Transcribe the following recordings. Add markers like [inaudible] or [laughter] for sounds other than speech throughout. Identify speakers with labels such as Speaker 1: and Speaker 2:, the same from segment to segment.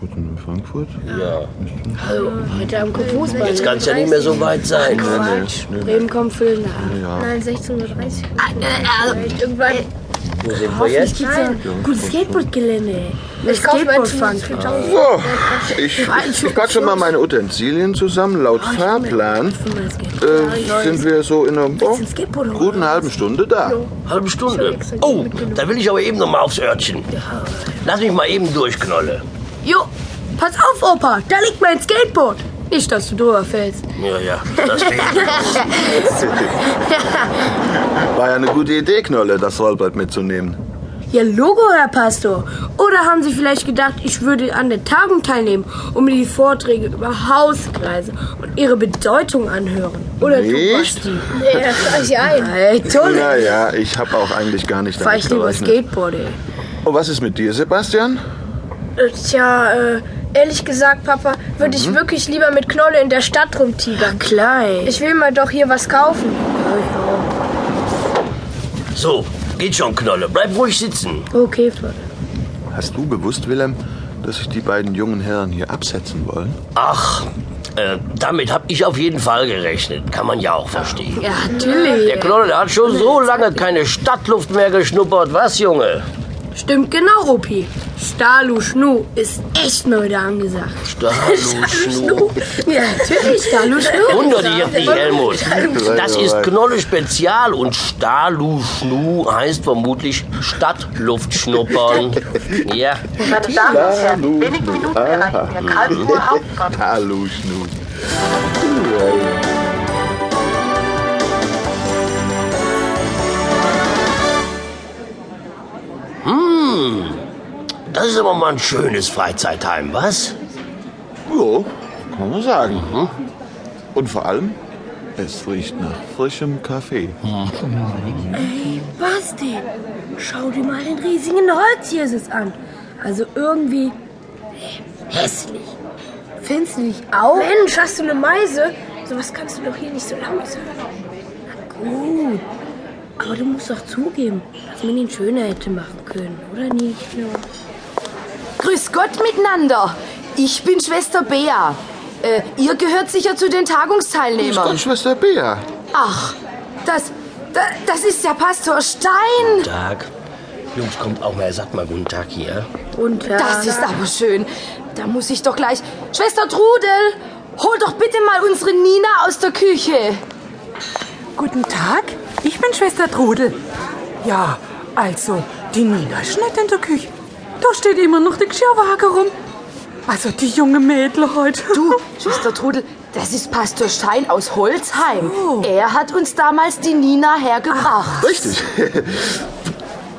Speaker 1: Gut, in Frankfurt?
Speaker 2: Ja.
Speaker 3: Also,
Speaker 4: Heute Abend kommt Fußball.
Speaker 2: Jetzt kann es ja nicht mehr so weit sein. Ne?
Speaker 4: Bremen kommt Viertel nach.
Speaker 1: Ja.
Speaker 3: nein, 16.30 Uhr.
Speaker 4: Also,
Speaker 3: Irgendwann.
Speaker 2: Wo sind wir jetzt?
Speaker 4: Gutes Skateboardgelände.
Speaker 3: ich kaufe mein
Speaker 4: Skateboardfunk.
Speaker 1: So, Oh, ich, Oh, ich packe schon mal meine Utensilien zusammen. Laut Fahrplan äh, sind wir so in einer oh, guten halben Stunde da.
Speaker 2: Halbe Stunde. Oh, da will ich aber eben noch mal aufs Örtchen. Lass mich mal eben durchknolle.
Speaker 4: Jo, pass auf, Opa, da liegt mein Skateboard. Nicht, dass du drüber fällst. [laughs]
Speaker 2: Ja, ja, das
Speaker 1: War ja eine gute Idee, Knolle, das Rollbrett mitzunehmen.
Speaker 4: Ja, Logo, Herr Pastor. Oder haben Sie vielleicht gedacht, ich würde an der Tagung teilnehmen und mir die Vorträge über Hauskreise und ihre Bedeutung anhören? Oder du,
Speaker 1: Nicht?
Speaker 4: Basti?
Speaker 3: Ja, sag ich ein.
Speaker 4: Ey, toll.
Speaker 1: Naja, ich habe auch eigentlich gar nicht
Speaker 4: Fahr
Speaker 1: damit
Speaker 4: ich lieber
Speaker 1: gerechnet.
Speaker 4: Skateboard, ey.
Speaker 1: Oh, was ist mit dir, Sebastian?
Speaker 3: Äh, Tja, äh, ehrlich gesagt, Papa, würde
Speaker 2: Mhm.
Speaker 3: ich wirklich lieber mit Knolle in der Stadt rumtigern.
Speaker 4: Klar, ey.
Speaker 3: Ich will mal doch hier was kaufen.
Speaker 2: So, geht schon, Knolle. Bleib ruhig sitzen.
Speaker 4: Okay, Vater.
Speaker 1: Hast du gewusst, Willem, dass sich die beiden jungen Herren hier absetzen wollen?
Speaker 2: Ach, äh, damit hab ich auf jeden Fall gerechnet. Kann man ja auch verstehen.
Speaker 4: Ja, natürlich.
Speaker 2: Der Knolle, der hat schon so lange keine Stadtluft mehr geschnuppert. Was, Junge?
Speaker 4: Stimmt genau, Opi. Stalu Schnu ist echt neu da angesagt.
Speaker 2: Staluschnu.
Speaker 5: [laughs]
Speaker 4: Ja, natürlich, Stalu Schnu.
Speaker 2: Wunder dich jetzt nicht, Helmut. Das ist Knolle Spezial und Staluschnu heißt vermutlich Stadtluftschnuppern. Ja,
Speaker 6: Meine Damen und Herren, wenig Minuten erreichen wir Karlsruher Hauptbahnhof.
Speaker 1: Hallo, Schnu.
Speaker 2: das ist aber mal ein schönes Freizeitheim, was?
Speaker 1: Jo, kann man sagen. ne? Und vor allem, es riecht nach frischem Kaffee.
Speaker 4: Basti, schau dir mal den riesigen Holzjäsus an. Also irgendwie hässlich. Findest du nicht auch?
Speaker 3: Mensch, hast du eine Meise? Sowas kannst du doch hier nicht so laut sagen.
Speaker 4: Gut. Aber du musst doch zugeben, dass man ihn schöner hätte machen können, oder nicht?
Speaker 5: Grüß Gott miteinander. Ich bin Schwester Bea. Äh, ihr gehört sicher zu den
Speaker 1: Grüß Gott,
Speaker 5: Tagungsteilnehmern.
Speaker 1: Schwester Bea.
Speaker 5: Ach, das, da- das ist ja Pastor Stein.
Speaker 2: Guten Tag. Jungs, kommt auch mal, sagt mal guten Tag hier.
Speaker 4: Und ja,
Speaker 5: Das ist aber schön. Da muss ich doch gleich. Schwester Trudel, hol doch bitte mal unsere Nina aus der Küche.
Speaker 7: Guten Tag, ich bin Schwester Trudel. Ja, also, die Nina ist nicht in der Küche. Da steht immer noch der Geschirrwagen rum. Also, die junge Mädel heute.
Speaker 5: Du, Schwester Trudel, das ist Pastor Stein aus Holzheim.
Speaker 4: Oh.
Speaker 5: Er hat uns damals die Nina hergebracht.
Speaker 1: Richtig. [laughs]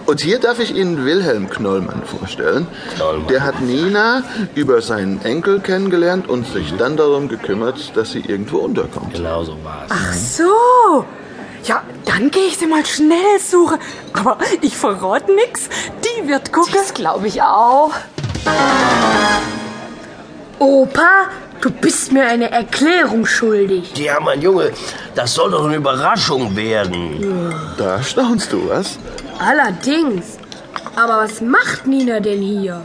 Speaker 1: Und hier darf ich Ihnen Wilhelm Knollmann vorstellen.
Speaker 2: Knollmann.
Speaker 1: Der hat Nina über seinen Enkel kennengelernt und sich dann darum gekümmert, dass sie irgendwo unterkommt.
Speaker 2: Genau so war's.
Speaker 7: Ach so. Ja, dann gehe ich sie mal schnell suchen. Aber ich verrate nix. Die wird gucken.
Speaker 5: Das glaube ich auch.
Speaker 4: Opa, du bist mir eine Erklärung schuldig.
Speaker 2: Ja, mein Junge, das soll doch eine Überraschung werden.
Speaker 1: Da staunst du, was?
Speaker 4: Allerdings. Aber was macht Nina denn hier?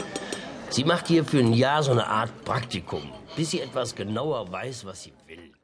Speaker 2: Sie macht hier für ein Jahr so eine Art Praktikum, bis sie etwas genauer weiß, was sie will.